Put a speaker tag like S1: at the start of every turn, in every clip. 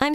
S1: I'm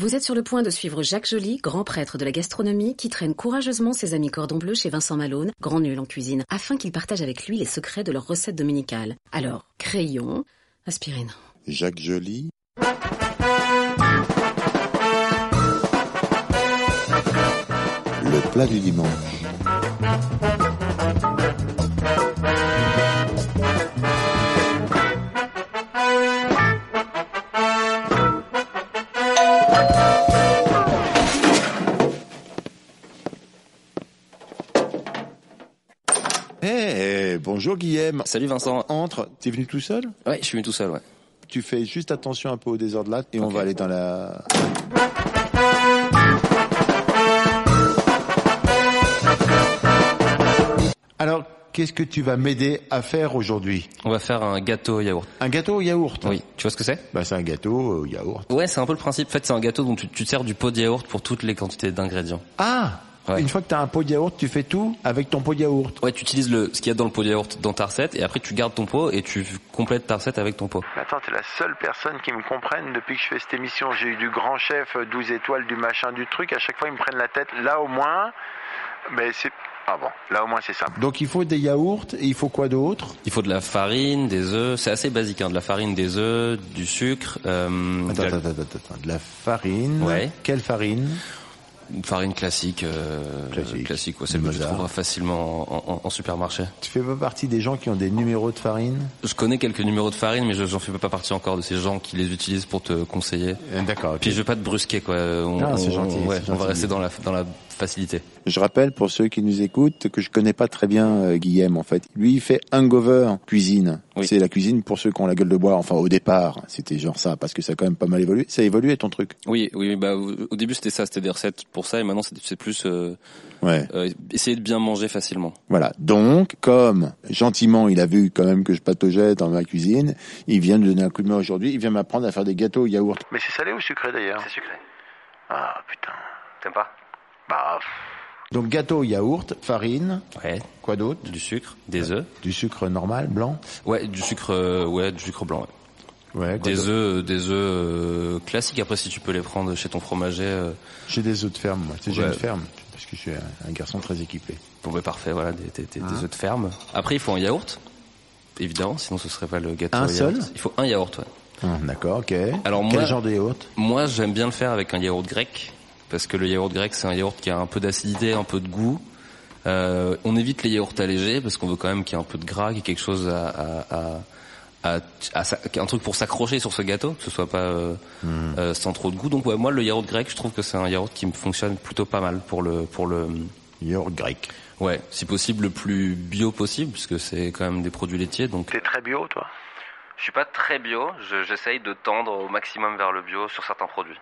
S2: Vous êtes sur le point de suivre Jacques Joly, grand prêtre de la gastronomie, qui traîne courageusement ses amis cordon bleu chez Vincent Malone, grand nul en cuisine, afin qu'il partage avec lui les secrets de leur recette dominicale. Alors, crayon, aspirine.
S3: Jacques Joly, le plat du dimanche. Eh, bonjour Guillaume.
S4: Salut Vincent.
S3: Entre, t'es venu tout seul
S4: Ouais, je suis venu tout seul, ouais.
S3: Tu fais juste attention un peu au désordre là et on
S4: Ok.
S3: va aller dans la... Alors, qu'est-ce que tu vas m'aider à faire aujourd'hui
S4: On va faire un gâteau yaourt.
S3: Un gâteau au yaourt
S4: Oui, tu vois ce que c'est
S3: Bah c'est un gâteau au yaourt.
S4: Ouais, c'est un peu le principe. En fait, c'est un gâteau dont tu, tu te sers du pot de yaourt pour toutes les quantités d'ingrédients.
S3: Ah
S4: Ouais.
S3: Une fois que t'as un pot de yaourt, tu fais tout avec ton pot de yaourt.
S4: Ouais, tu utilises le, ce qu'il y a dans le pot de yaourt dans ta recette et après tu gardes ton pot et tu complètes ta recette avec ton pot.
S5: Mais attends, t'es la seule personne qui me comprenne depuis que je fais cette émission. J'ai eu du grand chef, euh, 12 étoiles, du machin, du truc. À chaque fois, ils me prennent la tête. Là, au moins, mais c'est. Ah bon, là, au moins, c'est simple.
S3: Donc il faut des yaourts et il faut quoi d'autre
S4: Il faut de la farine, des œufs. C'est assez basique, hein. De la farine, des œufs, du sucre, euh,
S3: Attends,
S4: de la
S3: attends, attends, attends, attends. De la farine.
S4: Ouais.
S3: Quelle farine
S4: farine classique. euh,
S3: Classique.
S4: ouais, celle
S3: Du
S4: que tu
S3: Mozart.
S4: trouveras facilement en, en- en supermarché.
S3: Tu fais pas partie des gens qui ont des numéros de farine
S4: Je connais quelques numéros de farine, mais je j'en fais pas partie encore de ces gens qui les utilisent pour te conseiller.
S3: Euh, D'accord. ok.
S4: Puis je veux pas te brusquer quoi. On,
S3: Non, c'est
S4: on-
S3: gentil,
S4: ouais,
S3: c'est
S4: on va
S3: gentil.
S4: rester dans la dans la facilité.
S3: Je rappelle pour ceux qui nous écoutent que je connais pas très bien euh, Guillaume en fait. Lui il fait hangover cuisine.
S4: Oui.
S3: C'est la cuisine pour ceux qui ont la gueule de bois. Enfin au départ c'était genre ça parce que ça a quand même pas mal évolué. Ça a évolué ton truc.
S4: Oui, oui. Bah au au début c'était ça, c'était des recettes pour ça, et maintenant c'est c'est plus euh,
S3: Ouais.
S4: euh, essayer de bien manger facilement.
S3: Voilà. Donc comme gentiment il a vu quand même que je pataugeais dans ma cuisine, il vient me donner un coup de main aujourd'hui. Il vient m'apprendre à faire des gâteaux au yaourt.
S5: Mais c'est salé ou sucré d'ailleurs
S6: sucré.
S5: Ah putain.
S6: T'aimes pas
S5: Bah, pff,
S3: Donc gâteau au yaourt, farine,
S4: Ouais.
S3: quoi d'autre
S4: Du sucre, des œufs.
S3: Du sucre normal blanc.
S4: Ouais, du sucre, euh, ouais, du sucre blanc. ouais.
S3: Ouais. quoi
S4: Des
S3: d'autre
S4: œufs, euh, des œufs euh, classiques. Après si tu peux les prendre chez ton fromager, euh,
S3: J'ai des œufs de ferme. Moi. Tu sais, J'ai
S4: Ouais.
S3: une ferme parce que je suis un, un garçon très équipé.
S4: bon bah parfait. Voilà, des, des, des- des
S3: Ah.
S4: œufs de ferme. Après il faut un yaourt. Évidemment, sinon ce serait pas le gâteau.
S3: Un
S4: au yaourt.
S3: seul
S4: Il faut un yaourt. Ouais.
S3: Hum, D'accord. Ok.
S4: Alors,
S3: Quel
S4: moi-
S3: genre de yaourt
S4: Moi, j'aime bien le faire avec un yaourt grec parce que le yaourt grec, c'est un yaourt qui a un peu d'acidité, un peu de goût. Euh, on évite les yaourts allégés parce qu'on veut quand même qu'il y ait un peu de gras, qu'il y ait quelque chose à, à, à- à- à sa- un truc pour s'accrocher sur ce gâteau, que ce soit pas euh,
S3: Hmm.
S4: euh, sans trop de goût. Donc ouais, moi, le yaourt grec, je trouve que c'est un yaourt qui me fonctionne plutôt pas mal pour le pour le
S3: Yaourt grec.
S4: ouais, si possible le plus bio possible puisque c'est quand même des produits laitiers. Donc
S5: t'es très bio, toi.
S4: je suis pas très bio, j'essaye de tendre au maximum vers le bio sur certains produits.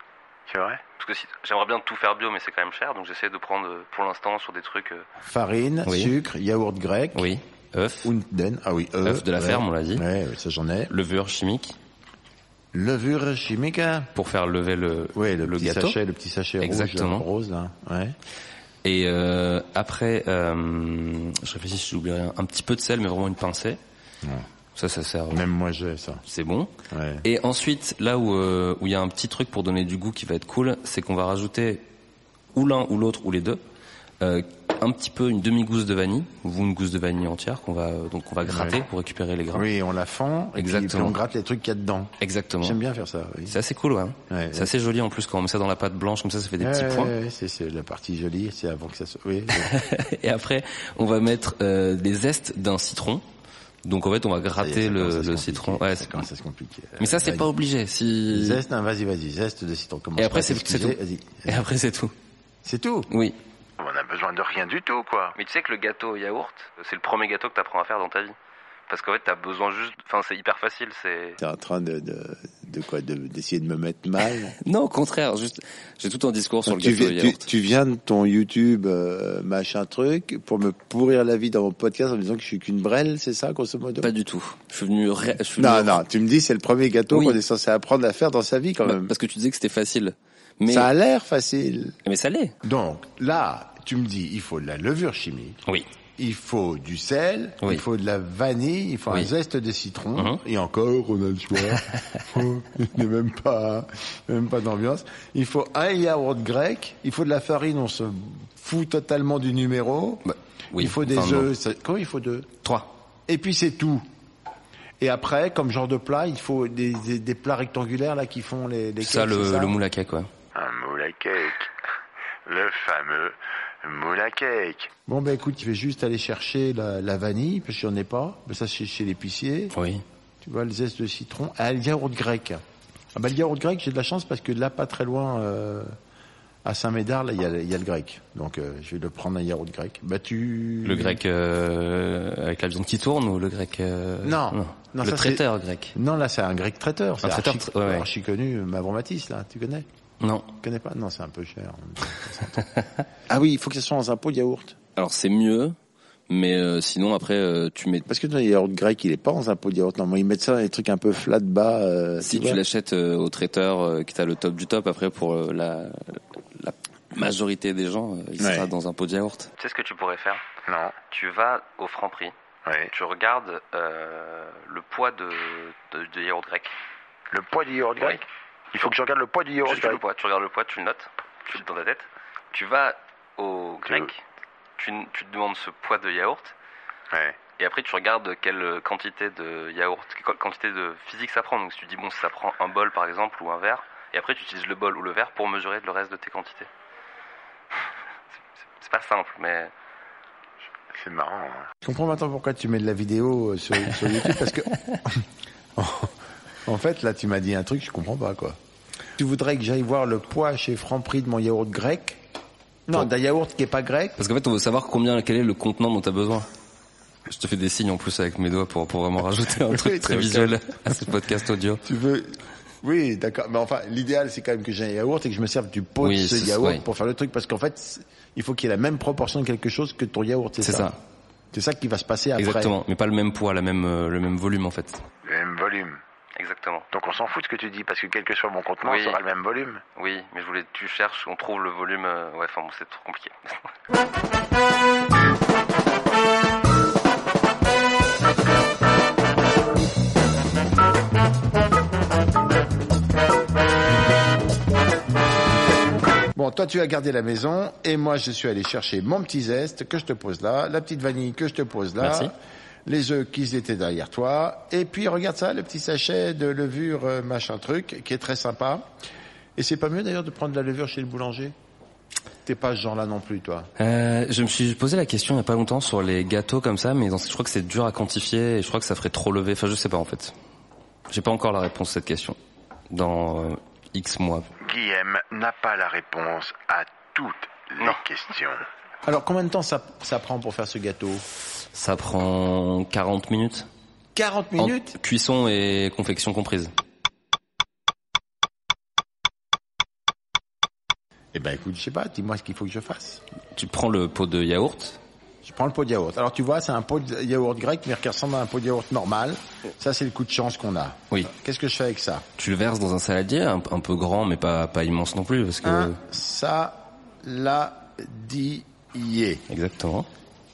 S5: C'est vrai
S4: Parce que si, j'aimerais bien tout faire bio, mais c'est quand même cher, donc j'essaie de prendre euh, pour l'instant sur des trucs. euh,
S3: Farine,
S4: Oui.
S3: sucre, yaourt grec.
S4: Oui, œufs,
S3: Unten, ah oui, œufs.
S4: Œufs de la
S3: ouais.
S4: ferme, on l'a dit.
S3: Ouais, ouais, ça j'en ai.
S4: levure chimique
S3: Levure chimique. hein.
S4: pour faire lever le,
S3: Ouais, le, petit
S4: gâteau.
S3: sachet, le petit sachet rouge, là,
S4: Exactement.
S3: rose là. Ouais.
S4: Et euh, après, euh, je réfléchis, si j'oublie rien. Un petit peu de sel, mais vraiment une pincée. Ça, ça sert.
S3: Même moi j'ai ça.
S4: C'est bon.
S3: Ouais.
S4: Et ensuite, là où euh, où il y a un petit truc pour donner du goût qui va être cool, c'est qu'on va rajouter ou l'un ou l'autre ou les deux. euh, un petit peu une demi gousse de vanille, ou une gousse de vanille entière qu'on va euh, donc on va gratter
S3: Ouais.
S4: pour récupérer les gras.
S3: Oui, on la fend et puis-
S4: Exactement.
S3: puis on gratte les trucs qu'il y a dedans.
S4: Exactement.
S3: J'aime bien faire ça. Oui.
S4: C'est assez cool, ouais. hein.
S3: Ouais,
S4: c'est
S3: ouais.
S4: assez joli en plus quand on met ça dans la pâte blanche, comme ça, ça fait des
S3: Ouais,
S4: petits
S3: ouais,
S4: points.
S3: ouais, c'est c'est la partie jolie, c'est avant que ça soit. Oui.
S4: Et après, on va mettre euh, des zestes d'un citron. Donc en fait, on va gratter le, le citron. Ouais, c'est-
S3: quand ça se complique.
S4: Mais ça, c'est
S3: Vas-y.
S4: pas obligé. Si...
S3: Zeste, non, vas-y, vas-y, zeste de citron. Commence
S4: Et après,
S3: pas à
S4: c'est c'est tout.
S3: t'excuser, Vas-y.
S4: Et après, c'est tout.
S3: C'est tout.
S4: Oui.
S5: On a besoin de rien du tout, quoi.
S4: Mais tu sais que le gâteau au yaourt, c'est le premier gâteau que t'apprends à faire dans ta vie. Parce qu'en fait, t'as besoin juste. Enfin, c'est hyper facile. C'est.
S3: T'es en train de, de,
S7: de quoi de- D'essayer de, me mettre mal
S4: Non, au contraire, juste, j'ai tout un discours sur le
S7: Ah, tu,
S4: gâteau au
S7: vi- tu,
S4: yaourt.
S7: tu viens de ton YouTube euh, machin truc pour me pourrir la vie dans mon podcast en me disant que je suis qu'une brêle, c'est ça, grosso modo
S4: Pas du tout. Je suis venu, ré- je suis
S7: Non,
S4: venu-
S7: non, tu me dis c'est le premier gâteau
S4: Oui.
S7: qu'on est censé apprendre à faire dans sa vie quand
S4: Bah,
S7: même.
S4: parce que tu disais que c'était facile. Mais
S7: Ça a l'air facile.
S4: mais ça l'est.
S3: Donc là, tu me dis, il faut de la levure chimique,
S4: Oui.
S3: il faut du sel,
S4: Oui.
S3: il faut de la vanille, il faut un
S4: Oui.
S3: zeste de citron.
S4: Mhm.
S3: Et encore, on a le choix. il n'y a même pas, même pas d'ambiance. Il faut un yaourt grec, il faut de la farine, on se fout totalement du numéro.
S4: Bah, oui,
S3: il faut des
S4: enfin, non.
S3: œufs. ça- Comment il faut deux
S4: Trois.
S3: Et puis c'est tout. Et après, comme genre de plat, il faut des, des- des plats rectangulaires là qui font les. les
S4: Ça
S3: cakes,
S4: le,
S3: c'est
S4: le moule à cake, ouais.
S5: Un moule à cake. Le fameux moule à cake.
S3: Bon ben écoute, je vais juste aller chercher la, la vanille parce que j'en ai pas. Ben, ça c'est chez l'épicier.
S4: Oui.
S3: Tu vois le zeste de citron. Ah, le yaourt grec. Ah ben le yaourt grec, j'ai de la chance parce que là pas très loin euh, à Saint-Médard, là il y a, il y a le grec. Donc euh, je vais le prendre un yaourt grec. Bah tu.
S4: Le grec euh, avec la viande qui tourne ou le grec euh,
S3: Non. Non,
S4: le
S3: ça,
S4: traiteur grec.
S3: Non là c'est un grec traiteur. C'est
S4: traiteur,
S3: archi,
S4: ouais, ouais.
S3: archi connu, Mavro Matisse là, tu connais.
S4: Non.
S3: Tu connais pas Non c'est un peu cher.
S7: Ah oui, il faut que ça soit dans un pot de yaourt.
S4: Alors c'est mieux, mais euh, sinon après euh, tu mets
S7: Parce que dans le yaourt grec, il est pas dans un pot de yaourt. Normalement, ils mettent ça dans des trucs un peu flat bas. euh,
S4: si
S7: tu vois.
S4: tu l'achètes euh, au traiteur euh, qui t'a le top du top après pour euh, la, la majorité des gens, euh, il
S7: Ouais.
S4: sera dans un pot de yaourt.
S8: Tu sais ce que tu pourrais faire
S5: Non.
S8: Tu vas au Franprix,
S5: Oui.
S8: tu regardes euh, le poids de, de, de yaourt grec.
S5: Le poids du yaourt grec. Il faut que je regarde le poids du yaourt
S8: Juste le
S5: grec.
S8: poids, tu regardes le poids, tu le notes, tu le dans ta tête. Tu vas au grec, tu, tu te demandes ce poids de yaourt,
S5: Ouais.
S8: et après tu regardes quelle quantité de yaourt, quelle quantité de physique ça prend. Donc si tu dis bon, ça prend un bol par exemple ou un verre, et après tu utilises le bol ou le verre pour mesurer le reste de tes quantités. C'est- c'est- C'est pas simple, mais
S5: C'est marrant. hein.
S3: Je comprends maintenant pourquoi tu mets de la vidéo euh, sur, sur YouTube parce que en fait là tu m'as dit un truc je comprends pas quoi. Tu voudrais que j'aille voir le poids chez Franprix de mon yaourt grec Non, d'un yaourt qui est pas grec.
S4: Parce qu'en fait on veut savoir combien quel est le contenant dont tu as besoin. Je te fais des signes en plus avec mes doigts pour pour vraiment rajouter un truc
S3: Oui,
S4: très
S3: t'as
S4: visuel à ce podcast audio.
S3: Tu veux Oui, d'accord, mais enfin l'idéal c'est quand même que j'ai un yaourt et que je me serve du pot
S4: Oui,
S3: de ce
S4: c'est-
S3: yaourt
S4: oui.
S3: pour faire le truc parce qu'en fait c'est- il faut qu'il y ait la même proportion de quelque chose que ton yaourt, c'est
S4: C'est
S3: ça.
S4: ça.
S3: C'est ça qui va se passer après.
S4: Exactement, mais pas le même poids, la même euh, le même volume en fait.
S5: Le même volume.
S8: exactement.
S5: Donc on s'en fout de ce que tu dis parce que quel que soit mon contenant,
S8: Oui.
S5: ça aura le même volume.
S8: Oui, mais je voulais tu cherches, on trouve le volume. euh, ouais, enfin bon, c'est trop compliqué.
S3: Bon, toi tu as gardé la maison et moi je suis allé chercher mon petit zeste que je te pose là, la petite vanille que je te pose là,
S4: Merci.
S3: les œufs qui étaient derrière toi et puis regarde ça, le petit sachet de levure euh, machin truc qui est très sympa. Et c'est pas mieux d'ailleurs de prendre de la levure chez le boulanger T'es pas ce genre-là non plus toi.
S4: Euh, je me suis posé la question il y a pas longtemps sur les gâteaux comme ça, mais dans- je crois que c'est dur à quantifier et je crois que ça ferait trop lever. Enfin, je sais pas en fait. J'ai pas encore la réponse à cette question. Dans euh, X mois.
S5: Guillaume n'a pas la réponse à toutes les
S8: Non.
S5: questions.
S3: Alors combien de temps ça, ça prend pour faire ce gâteau
S4: Ça prend 40 minutes.
S3: 40
S4: En
S3: minutes
S4: cuisson et confection comprises.
S3: Eh ben écoute, je sais pas, dis-moi ce qu'il faut que je fasse.
S4: Tu prends le pot de yaourt.
S3: Je prends le pot de yaourt. Alors tu vois, c'est un pot de yaourt grec mais qui ressemble à un pot de yaourt normal. Ça c'est le coup de chance qu'on a.
S4: Oui.
S3: Qu'est-ce que je fais avec ça
S4: Tu le verses dans un saladier, un, un peu grand, mais pas, pas immense non plus, parce que.
S3: Un saladier.
S4: Exactement.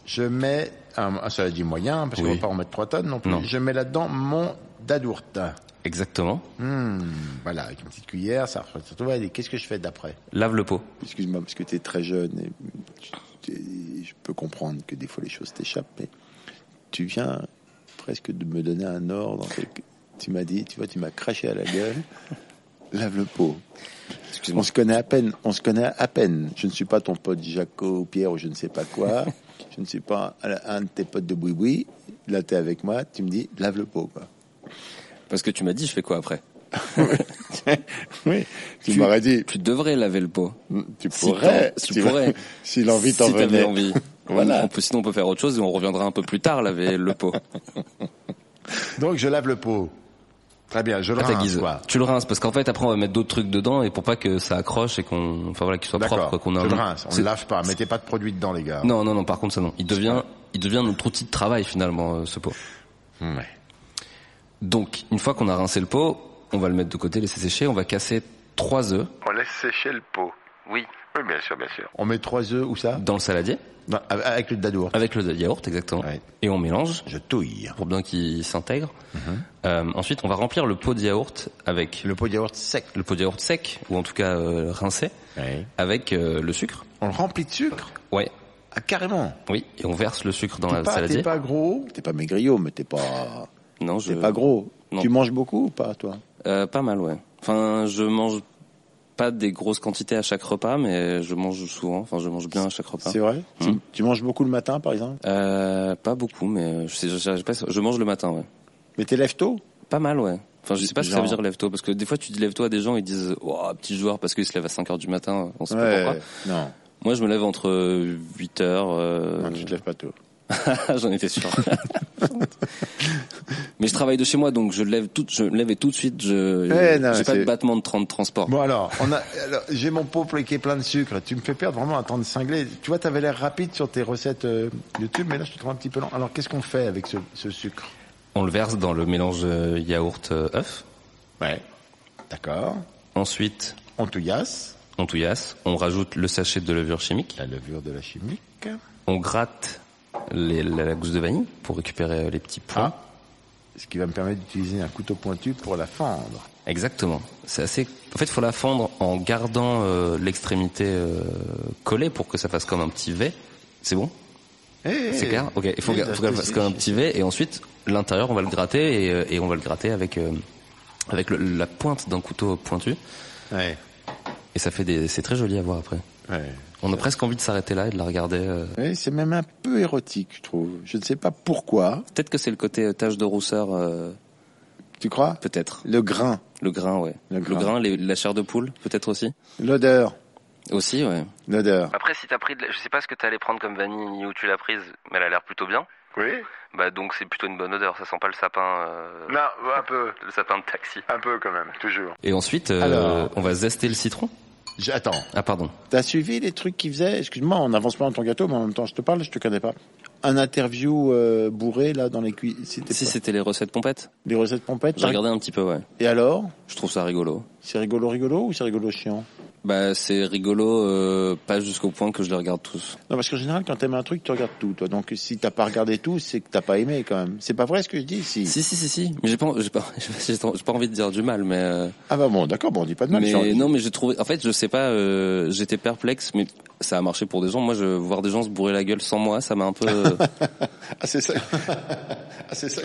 S3: Je mets un, ah, un saladier moyen, parce qu'on
S4: Oui.
S3: va pas en mettre trois tonnes non plus.
S4: Non.
S3: Je mets là-dedans mon dadourte.
S4: Exactement.
S3: Hmm, voilà, avec une petite cuillère, ça refroidit tout. Ouais, et qu'est-ce que je fais d'après
S4: Lave le pot.
S7: Excuse-moi, parce que t'es très jeune et tu- tu- je peux comprendre que des fois les choses t'échappent, mais tu viens presque de me donner un ordre. Tu m'as dit, tu vois, tu m'as craché à la gueule. Lave le pot. On
S4: Excuse-moi.
S7: se connaît à peine, on se connaît à peine. Je ne suis pas ton pote Jaco ou Pierre ou je ne sais pas quoi. je ne suis pas un de tes potes de boui-boui. Là, t'es avec moi, tu me dis, lave le pot, quoi.
S4: Parce que tu m'as dit, je fais quoi après
S7: oui, tu,
S4: Tu-
S7: m'aurais dit,
S4: Tu devrais laver le pot.
S3: Hmm,
S7: tu
S4: Si
S7: pourrais,
S4: t'en- si tu pourrais.
S7: si l'envie t'en
S4: si t'avais
S7: venait.
S4: envie.
S7: Voilà.
S4: On peut- sinon, on peut faire autre chose et on reviendra un peu plus tard laver le pot.
S3: Donc je lave le pot. Très bien, je le
S4: À ta
S3: rince,
S4: guise.
S3: quoi.
S4: Tu le rinces parce qu'en fait après on va mettre d'autres trucs dedans et pour pas que ça accroche et qu'on, enfin voilà, qu'il soit propre,
S3: D'accord,
S4: quoi, qu'on
S3: je
S4: ait un
S3: le
S4: goût.
S3: rince. On
S4: C'est-
S3: ne lave pas, mettez pas de produit dedans, les gars.
S4: Non, non, non. Par contre, ça non. Il devient, il devient notre outil de travail finalement, euh, ce pot.
S3: Ouais.
S4: Donc, une fois qu'on a rincé le pot, on va le mettre de côté, laisser sécher. On va casser trois œufs
S5: On laisse sécher le pot.
S8: Oui,
S5: Oui, bien sûr, bien sûr.
S3: On met trois œufs, ou ça
S4: dans le saladier
S3: Non, Avec le dadour.
S4: avec le yaourt, exactement,
S3: Ouais.
S4: et on mélange
S3: Je touille.
S4: pour bien qu'il s'intègre.
S3: Mhm.
S4: Euh, ensuite, on va remplir le pot de yaourt avec
S3: Le pot de yaourt sec.
S4: le pot de yaourt sec ou en tout cas euh, rincé
S3: Ouais.
S4: avec euh, le sucre.
S3: On le remplit de sucre
S4: Ouais,
S3: Ah, Carrément.
S4: oui, et on verse le sucre dans
S3: T'es
S4: la
S3: pas-
S4: saladier.
S3: T'es pas gros
S7: T'es pas maigriot, mais t'es pas,
S4: Non, je
S7: t'es pas gros.
S4: Euh, Non.
S7: Tu manges beaucoup ou pas, toi
S4: Euh, pas mal, ouais. Enfin, je mange pas des grosses quantités à chaque repas, mais je mange souvent. Enfin, je mange bien à chaque repas.
S7: C'est vrai tu,
S4: Hum.
S7: tu manges beaucoup le matin, par exemple
S4: Euh, pas beaucoup, mais je, sais, je, sais pas, je mange le matin, ouais.
S7: Mais t'es lève tôt
S4: Pas mal, ouais. Enfin, je sais pas ce que ça veut
S7: Genre.
S4: dire lève-tôt, parce que des fois, tu dis lève-tôt à des gens, ils disent « Oh, petit joueur, parce qu'il se lève à 5h du matin, on sait pas pourquoi.
S7: Non, »
S4: Moi, je me lève entre 8h... Euh,
S7: non, tu te lèves pas tôt.
S4: J'en étais sûr. mais je travaille de chez moi, donc je lève tout, je me lève et tout de suite, je
S7: Ouais, non,
S4: j'ai pas de
S7: c'est-
S4: battement de temps de transport.
S3: Bon alors, on a, alors, j'ai mon pot qui est plein de sucre. Tu me fais perdre vraiment un temps de cinglé. Tu vois, t'avais l'air rapide sur tes recettes euh, YouTube, mais là je te trouve un petit peu lent. Alors qu'est-ce qu'on fait avec ce, ce sucre
S4: On le verse dans le mélange euh, yaourt euh, œuf.
S3: Ouais. D'accord.
S4: Ensuite,
S3: On touillasse
S4: on touillasse, on rajoute le sachet de levure chimique,
S3: la levure de la chimique.
S4: on gratte les- la, la gousse de vanille pour récupérer euh, les petits points.
S3: Ah. Ce qui va me permettre d'utiliser un couteau pointu pour la fendre.
S4: Exactement. C'est assez. En fait, faut la fendre en gardant euh, l'extrémité euh, collée pour que ça fasse comme un petit V. C'est bon
S3: Eh,
S4: C'est
S3: eh,
S4: clair Ok. Il faut,
S3: eh,
S4: ga- faut qu'elle fasse comme un petit V et ensuite l'intérieur on va le gratter et, euh, et on va le gratter avec euh, avec le- la pointe d'un couteau pointu
S3: Ouais.
S4: et ça fait des. C'est très joli à voir après.
S3: Ouais.
S4: On a presque envie de s'arrêter là et de la regarder. euh.
S7: Oui, c'est même un peu érotique, je trouve. Je ne sais pas pourquoi.
S4: Peut-être que c'est le côté euh, tache de rousseur. euh,
S7: Tu crois
S4: Peut-être.
S7: Le grain,
S4: Le grain, ouais.
S7: Le
S4: Le
S7: grain.
S4: grain, les- la chair de poule, peut-être aussi.
S7: l'odeur,
S4: Aussi, ouais.
S7: l'odeur.
S8: Après, si t'as pris, de la- je sais pas ce que t'allais prendre comme vanille ni où tu l'as prise, mais elle a l'air plutôt bien.
S5: Oui
S8: Bah donc c'est plutôt une bonne odeur. Ça sent pas le sapin, euh,
S5: Non, un peu.
S8: le sapin de taxi.
S5: Un peu quand même, toujours.
S4: Et ensuite, euh,
S3: Alors.
S4: on va zester le citron.
S3: J- Attends.
S4: Ah, pardon.
S7: T'as suivi les trucs qu'ils faisaient Excuse-moi, on n'avance pas dans ton gâteau, mais en même temps, je te parle, je te connais pas. Un interview euh, bourré là dans les cuisines.
S4: Si c'était les recettes pompettes,
S7: les recettes pompettes.
S4: j'ai regardé un petit peu, ouais.
S7: Et alors
S4: Je trouve ça rigolo.
S7: C'est rigolo, rigolo ou c'est rigolo chiant
S4: Bah, c'est rigolo, euh, pas jusqu'au point que je les regarde tous.
S7: Non, parce qu'en général, quand t'aimes un truc, tu regardes tout. Toi. Donc, si t'as pas regardé tout, c'est que t'as pas aimé quand même. C'est pas vrai ce que je dis si.
S4: Si, si, si, si. Mais j'ai pas, j'ai pas, j'ai pas- j'ai pas envie de dire du mal, mais. euh,
S7: Ah bah bon, d'accord, bon, on dit pas de mal. si on
S4: mais
S7: dit-
S4: non, mais j'ai trouvé. En fait, je sais pas. euh, J'étais perplexe, mais ça a marché pour des gens. Moi, je voir des gens se bourrer la gueule sans moi, ça m'a un peu. euh,
S7: Ah, c'est ça. ah, c'est ça.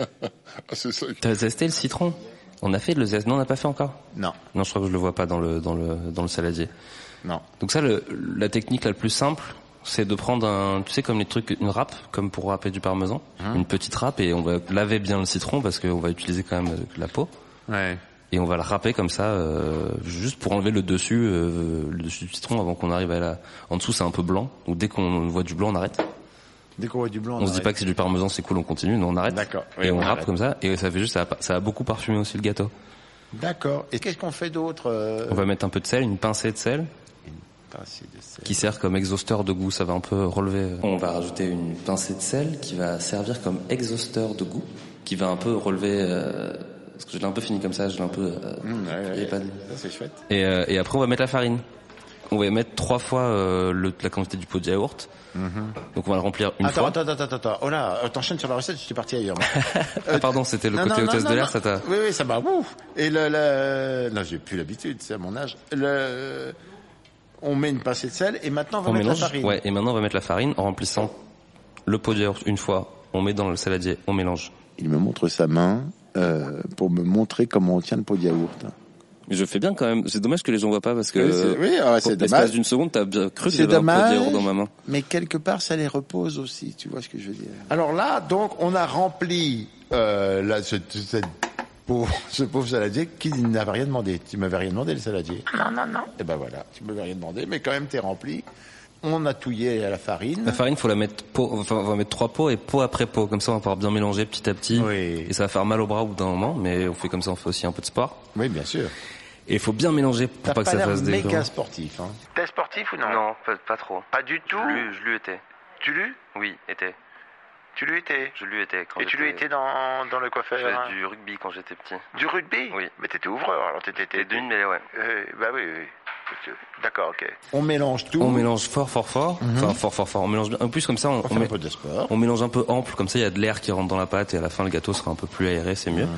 S7: ah, c'est ça.
S4: T'as zesté le citron On a fait le zeste Non, on n'a pas fait encore.
S3: Non.
S4: Non, je crois que je le vois pas dans le dans le dans le saladier.
S3: Non.
S4: Donc ça, le, la technique la plus simple, c'est de prendre un, tu sais, comme les trucs, une râpe, comme pour râper du parmesan,
S3: Hein
S4: une petite râpe, et on va laver bien le citron parce qu'on va utiliser quand même euh, la peau,
S3: Ouais.
S4: et on va le râper comme ça, euh, juste pour enlever le dessus, euh, le dessus du citron avant qu'on arrive à la. En dessous, c'est un peu blanc, donc dès qu'on voit du blanc, on arrête.
S3: Dès qu'on voit du blanc.
S4: On, se dit
S3: arrête.
S4: pas que c'est du parmesan, c'est cool, on continue, non, on arrête.
S3: D'accord. Oui,
S4: Et on
S3: on
S4: râpe
S3: arrête.
S4: comme ça, et ça fait juste, ça a, ça a beaucoup parfumé aussi le gâteau.
S3: D'accord. Et qu'est-ce qu'on fait d'autre euh,
S4: On va mettre un peu de sel, une pincée de sel,
S3: une pincée de sel.
S4: qui sert comme exhausteur de goût, ça va un peu relever. euh. On va rajouter une pincée de sel qui va servir comme exhausteur de goût, qui va un peu relever. euh, parce que je l'ai un peu fini comme ça, je l'ai un peu. euh,
S3: Mmh,
S4: il y a pas de-
S3: Ça, c'est chouette.
S4: Et, euh, et après, on va mettre la farine. On va y mettre trois fois euh, le- la quantité du pot de yaourt. Donc on va le remplir une
S3: Mmh. Attends,
S4: fois.
S3: attends, attends, attends, attends. Oh là, euh, t'enchaînes sur la recette, j'étais parti ailleurs. moi.
S4: Ah, pardon, c'était le
S3: euh, Non,
S4: côté
S3: non, non,
S4: hôtesse
S3: non,
S4: de l'air,
S3: non.
S4: ça t'a.
S3: Oui, oui, ça m'a. Ouf. Et le, le... non, j'ai plus l'habitude, c'est à mon âge. Le, on met une pincée de sel et maintenant on va
S4: On
S3: mettre
S4: mélange.
S3: la farine.
S4: Ouais, et maintenant on va mettre la farine en remplissant le pot de yaourt une fois. On met dans le saladier, on mélange.
S7: Il me montre sa main euh, pour me montrer comment on tient le pot de yaourt.
S4: Mais je fais bien quand même. C'est dommage que les gens voient pas parce que.
S7: Oui, c'est- oui, ah ouais, c'est dommage.
S4: L'espace d'une seconde, t'as bien cru que
S7: C'est
S4: j'avais un pot de
S7: dommage.
S4: yaourt dans ma main.
S7: Mais quelque part, ça les repose aussi. Tu vois ce que je veux dire
S3: Alors là, donc, on a rempli euh, la, ce, cette pauvre, ce pauvre saladier qui n'avait Eh rien demandé. Tu m'avais rien demandé, le saladier. Non, non, non. Et ben voilà, tu m'avais rien demandé, mais quand même, t'es rempli. on a touillé à la farine.
S4: La farine, faut la mettre pot, enfin, on va mettre trois pots et pot après pot. Comme ça, on va pouvoir bien mélanger petit à petit.
S3: Oui.
S4: Et ça va faire mal au bras au bout d'un moment, mais on fait comme ça, on fait aussi un peu de sport.
S3: Oui, bien sûr.
S4: Et il faut bien mélanger
S3: T'as pas,
S4: pour pas que ça
S3: l'air
S4: fasse des.
S3: méga
S4: grands-
S3: sportif. Hein.
S5: T'es sportif ou non
S8: Non, pas, pas trop.
S5: Pas du tout
S8: Je l'eus, je l'eus été.
S5: Tu l'eus
S8: Oui, été.
S5: Tu l'eus été
S8: Je l'eus été quand
S5: Et tu l'eus été dans, dans le
S8: Je faisais
S5: coiffeur hein
S8: du rugby quand j'étais petit.
S5: Du rugby
S8: Oui.
S5: Mais t'étais ouvreur, alors t'étais...
S8: J'étais d'une, mais ouais.
S5: Euh, bah oui, oui. D'accord, ok.
S3: On mélange tout.
S4: On mélange fort, fort, fort.
S7: Mhm.
S4: Enfin, fort, fort, fort. On mélange. bien. En plus, comme ça, on,
S3: on fait
S4: on
S3: un
S4: met-
S3: peu de sport.
S4: on mélange un peu ample. Comme ça, il y a de l'air qui rentre dans la pâte et à la fin, le gâteau sera un peu plus aéré, c'est mieux.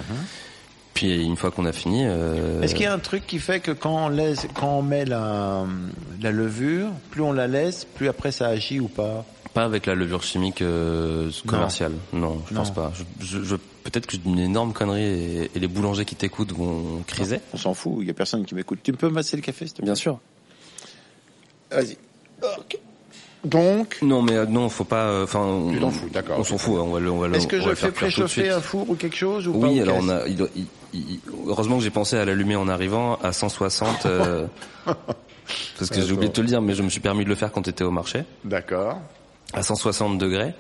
S4: Puis une fois qu'on a fini, euh,
S3: Mhm. Est-ce qu'il y a un truc qui fait que quand on laisse, quand on met la, la levure, plus on la laisse, plus après ça agit ou pas
S4: Pas avec la levure chimique euh, commerciale. Non, je
S3: Non.
S4: pense pas. Je, je- je- peut-être que je dis une énorme connerie et, et les boulangers qui t'écoutent vont criser.
S3: Ah,
S7: On s'en fout, il n'y a personne qui m'écoute. Tu peux masser le café, s'il te plaît
S4: sûr.
S7: Vas-y. Ok.
S4: Euh,
S7: Donc,
S4: Non, mais euh, non, faut pas. euh, Enfin, on-
S7: Tu t'en fous, d'accord,
S4: On
S7: ok.
S4: s'en fout. hein, On va le, on va le-
S3: Est-ce que
S4: on va
S3: je
S4: le
S3: fais
S4: faire cuire tout de
S3: préchauffer
S4: suite.
S3: un four ou quelque chose ou pas
S4: Oui,
S3: ou
S4: alors
S3: qu'est-ce
S4: on a. il doit- il- il- il- heureusement que j'ai pensé à l'allumer en arrivant à 160. euh, parce que j'ai oublié de te le dire, mais je me suis permis de le faire quand t'étais au marché
S3: D'accord.
S4: à 160 degrés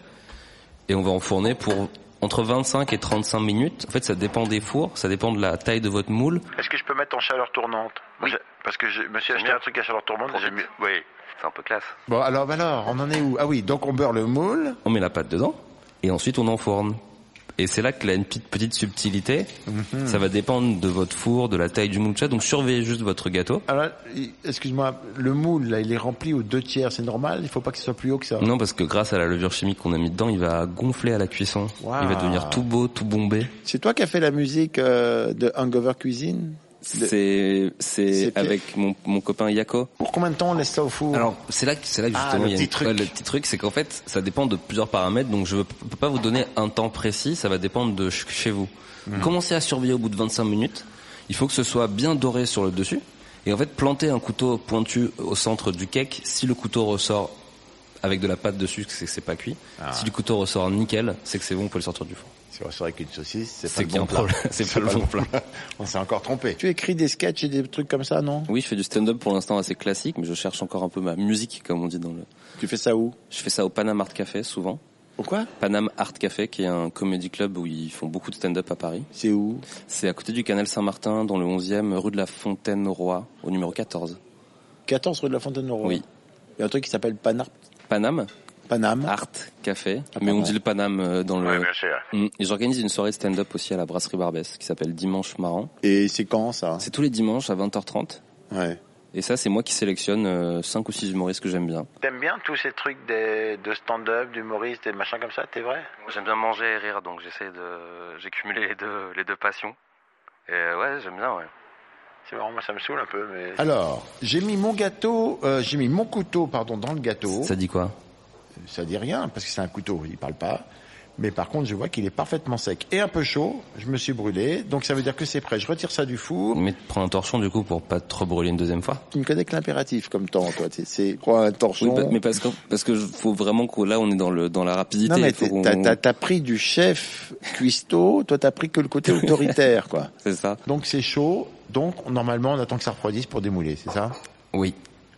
S4: et on va enfourner pour entre 25 et 35 minutes. En fait, ça dépend des fours, ça dépend de la taille de votre moule.
S5: Est-ce que je peux mettre en chaleur tournante
S8: Oui.
S5: Parce que je me suis acheté
S8: mieux.
S5: un truc à chaleur tournante.
S8: Profite.
S5: j'aime mieux- Oui.
S8: C'est un peu classe.
S3: Bon, alors, bah alors, on en est où Ah oui, donc on beurre le moule.
S4: on met la pâte dedans et ensuite on enfourne. Et c'est là que a une petite, petite subtilité. Ça va dépendre de votre four, de la taille du moule de chat. Donc surveillez juste votre gâteau.
S3: Alors, il- excuse-moi, le moule, là, il est rempli aux deux tiers, c'est normal Il faut pas que ce soit plus haut que ça
S4: Non, parce que grâce à la levure chimique qu'on a mis dedans, il va gonfler à la cuisson.
S3: Wow.
S4: Il va devenir tout beau, tout bombé.
S7: c'est toi qui as fait la musique euh, de Hangover Cuisine
S4: C'est,
S7: C'est
S4: c'est avec mon, mon copain Yako.
S3: Pour combien de temps on laisse ça au four
S4: Alors c'est là, que- c'est là que
S3: Ah,
S4: justement
S3: le
S4: il y a
S3: petit
S4: une-
S3: truc.
S4: ouais, le petit truc, c'est qu'en fait ça dépend de plusieurs paramètres. Donc je ne peux pas vous donner un temps précis. Ça va dépendre de ch- chez vous.
S3: Mhm.
S4: Commencez à surveiller au bout de 25 minutes. Il faut que ce soit bien doré sur le dessus. Et en fait planter un couteau pointu au centre du cake. Si le couteau ressort avec de la pâte dessus, c'est que c'est pas cuit.
S3: Ah.
S4: Si le couteau ressort nickel, c'est que c'est bon, on peut le sortir du four.
S3: C'est vrai qu'une saucisse, c'est
S4: C'est
S3: pas le
S4: qu'il y a
S3: bon
S4: un
S3: plat.
S4: problème. C'est pas le bon plat.
S3: On s'est encore trompé.
S7: Tu écris des sketchs et des trucs comme ça, non
S4: Oui, je fais du stand-up pour l'instant assez classique, mais je cherche encore un peu ma musique, comme on dit dans le.
S7: Tu fais ça où
S4: Je fais ça au Panam Art Café souvent.
S7: Pourquoi
S4: Panam Art Café, qui est un comedy club où ils font beaucoup de stand-up à Paris.
S7: C'est où
S4: C'est à côté du canal Saint-Martin, dans le 11e, rue de la Fontaine-Roi, au numéro 14.
S7: 14 rue de la Fontaine-Roi.
S4: Oui.
S7: Il y a un truc qui s'appelle Panam.
S4: Panam
S7: Panam.
S4: Art Café,
S7: Ah,
S4: mais on
S7: pardon.
S4: dit le Panam euh, dans
S5: Oui,
S4: le...
S5: bien sûr.
S4: Mm. Et J'organise une soirée de stand-up aussi à la brasserie Barbès, qui s'appelle Dimanche Marrant.
S7: Et c'est quand ça
S4: C'est tous les dimanches à 20h30.
S7: Ouais.
S4: Et ça, c'est moi qui sélectionne 5 ou 6 humoristes que j'aime bien.
S5: T'aimes bien tous ces trucs des- de stand-up, d'humoriste, des machins comme ça, t'es vrai
S8: J'aime bien manger et rire, donc j'essaie de. J'ai cumulé les deux, les deux passions. Et euh, ouais, j'aime bien, ouais.
S5: C'est marrant, moi ça me saoule un peu, mais...
S3: Alors, j'ai mis mon gâteau, euh, j'ai mis mon couteau, pardon, dans le gâteau.
S4: Ça dit quoi
S3: Ça dit rien, parce que c'est un couteau, il parle pas. Mais par contre, je vois qu'il est parfaitement sec et un peu chaud. Je me suis brûlé, donc ça veut dire que c'est prêt. Je retire ça du four.
S4: Mais prends un torchon du coup pour pas trop brûler une deuxième fois.
S7: Tu ne connais que l'impératif comme temps, toi. C'est- C'est quoi un
S4: Oui, bah,
S7: torchon
S4: pa- mais parce que parce que je- faut vraiment que là on est dans le dans la rapidité.
S7: Non, mais
S4: Il faut
S7: t'es-
S4: qu'on-
S7: t'as t'as- t'as pris du chef cuistot, toi t'as pris que le côté autoritaire, quoi.
S4: C'est ça.
S3: Donc c'est chaud. Donc normalement, on attend que ça refroidisse pour démouler, c'est ça
S4: Oui.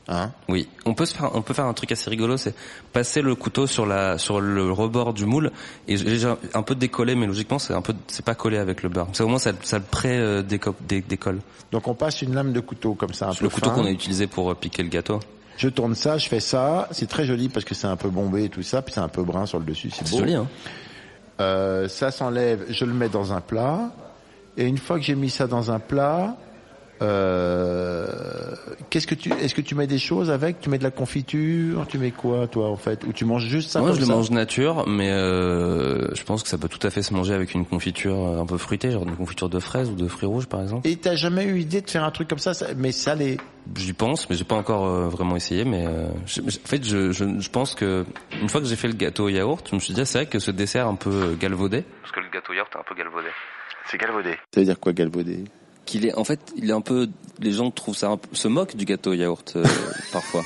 S3: Hein
S4: Oui, on peut se faire, on peut faire un truc assez rigolo, c'est passer le couteau sur la, sur le rebord du moule et j'ai déjà un peu décollé, mais logiquement c'est un peu, c'est pas collé avec le beurre. Ça au moins ça, ça le pré euh, déco- dé- décolle.
S3: Donc on passe une lame de couteau comme ça, un peu
S4: Le couteau
S3: fin.
S4: qu'on a utilisé pour euh, piquer le gâteau.
S3: Je tourne ça, je fais ça. C'est très joli parce que c'est un peu bombé et tout ça, puis c'est un peu brun sur le dessus. C'est
S4: C'est
S3: beau.
S4: joli, hein
S3: Euh, ça s'enlève, je le mets dans un plat. Et une fois que j'ai mis ça dans un plat, euh, qu'est-ce que tu, est-ce que tu mets des choses avec Tu mets de la confiture Tu mets quoi, toi, en fait Ou tu manges juste ça
S4: Moi
S3: comme
S4: je le
S3: ça
S4: mange nature, mais euh, je pense que ça peut tout à fait se manger avec une confiture euh, un peu fruitée, genre une confiture de fraises ou de fruits rouges par exemple.
S3: Et t'as jamais eu idée de faire un truc comme ça, ça- mais salé
S4: J'y pense, mais j'ai pas encore euh, vraiment essayé. Mais euh, je- je- en fait, je, je, je pense que une fois que j'ai fait le gâteau au yaourt, je me suis dit ah, c'est vrai que ce dessert un peu euh, galvaudé,
S8: Parce que le gâteau yaourt est un peu galvaudé.
S5: C'est galvaudé.
S7: Ça veut dire quoi, galvaudé
S4: qu'il est en fait, il est un peu. Les gens trouvent ça un peu- se moquent du gâteau au yaourt euh, parfois.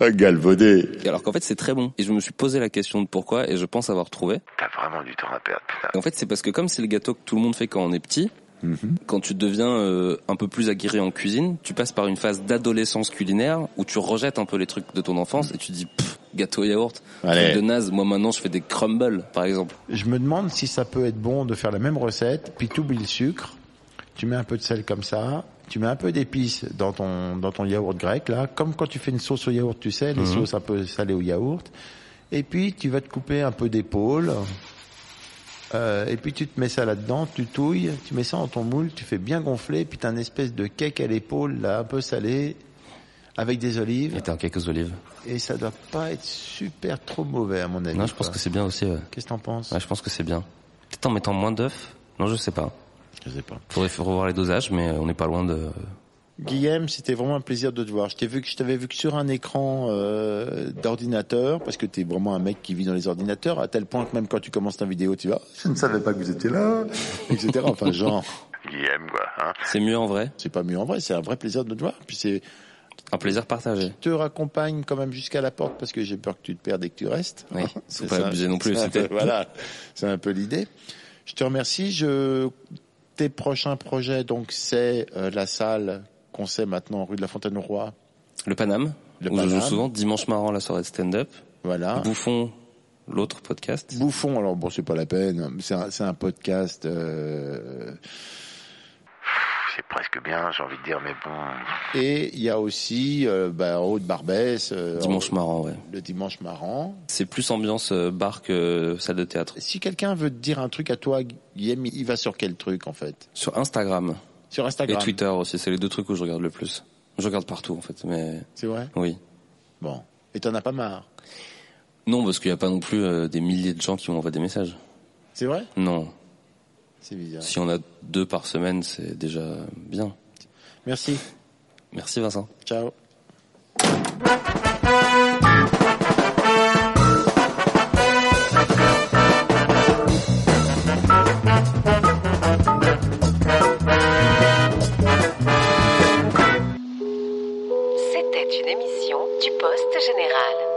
S7: Galvaudé
S4: Et alors qu'en fait, c'est très bon. Et je me suis posé la question de pourquoi, et je pense avoir trouvé.
S5: T'as vraiment du temps à perdre, putain.
S4: Et en fait, c'est parce que comme c'est le gâteau que tout le monde fait quand on est petit,
S3: Mhm.
S4: Quand tu deviens euh, un peu plus aguerri en cuisine, tu passes par une phase d'adolescence culinaire où tu rejettes un peu les trucs de ton enfance et tu dis Pff, gâteau au yaourt, truc
S3: Mhm. Allez.
S4: de naze. Moi maintenant je fais des crumbles par exemple.
S3: Je me demande si ça peut être bon de faire la même recette, puis tu oublies le sucre, tu mets un peu de sel comme ça, tu mets un peu d'épices dans ton dans ton yaourt grec là, comme quand tu fais une sauce au yaourt, tu sais, les sauces un peu salées au yaourt. Et puis tu vas te couper un peu d'épaule. Euh, et puis tu te mets ça là-dedans, tu touilles, tu mets ça dans ton moule, tu fais bien gonfler, puis t'as un espèce de cake à l'épaule là, un peu salé, avec des olives,
S4: Et t'as quelques olives.
S3: et ça doit pas être super trop mauvais à mon avis.
S4: Non, je pense
S3: quoi.
S4: que c'est bien aussi. Ouais.
S3: Qu'est-ce que t'en penses
S4: Ouais, je pense que c'est bien. Peut-être en mettant moins d'œufs. Non, je sais pas.
S3: Je sais pas.
S4: Faudrait f- revoir les dosages, mais euh, on n'est pas loin de.
S3: Guillaume, c'était vraiment un plaisir de te voir. Je t'ai vu que je t'avais vu que sur un écran euh, d'ordinateur, parce que t'es vraiment un mec qui vit dans les ordinateurs, à tel point que même quand tu commences ta vidéo, tu vas, ah, je ne savais pas que vous étiez là, etc. Enfin, genre,
S5: Guillaume, quoi. Hein.
S4: C'est mieux en vrai.
S3: c'est pas mieux en vrai, c'est un vrai plaisir de te voir. Puis c'est,
S4: Un plaisir partagé.
S3: te raccompagne quand même jusqu'à la porte parce que j'ai peur que tu te perdes et que tu restes.
S4: Oui, faut
S3: C'est
S4: pas
S3: ça.
S4: abuser non plus,
S3: C'est un
S4: c'était-
S3: peu- Voilà, c'est un peu l'idée. Je te remercie. Je... Tes prochains projets, donc, c'est euh, la salle qu'on sait maintenant rue de la Fontaine au Roi.
S4: Le Paname, Ah.
S3: Le
S4: où je joue
S3: Paname.
S4: souvent. Dimanche marrant, la soirée de stand-up.
S3: Voilà.
S4: Bouffon, l'autre podcast.
S3: Bouffon, alors bon, c'est pas la peine. hein. C'est un, c'est un podcast. euh,
S5: Pff, C'est presque bien, j'ai envie de dire, mais bon. Et
S3: Et il y a aussi euh, bah, Haute Barbès. euh,
S4: Dimanche marrant, ouais.
S3: Le dimanche marrant.
S4: C'est plus ambiance euh, bar que euh, salle de théâtre.
S3: Si quelqu'un veut te dire un truc à toi, Guillaume, il va sur quel truc en fait
S4: Sur Instagram
S3: Sur
S4: et
S3: Instagram.
S4: Twitter aussi, c'est les deux trucs où je regarde le plus. Je regarde partout en fait, mais
S3: C'est vrai
S4: oui.
S3: Bon. Et t'en as pas marre
S4: Non, parce qu'il n'y a pas non plus euh, des milliers de gens qui m'envoient des messages.
S3: C'est vrai
S4: Non.
S3: C'est bizarre.
S4: Si on a deux par semaine, c'est déjà bien.
S3: Merci.
S4: Merci Vincent.
S3: Ciao.
S9: C'était une émission du Poste Général.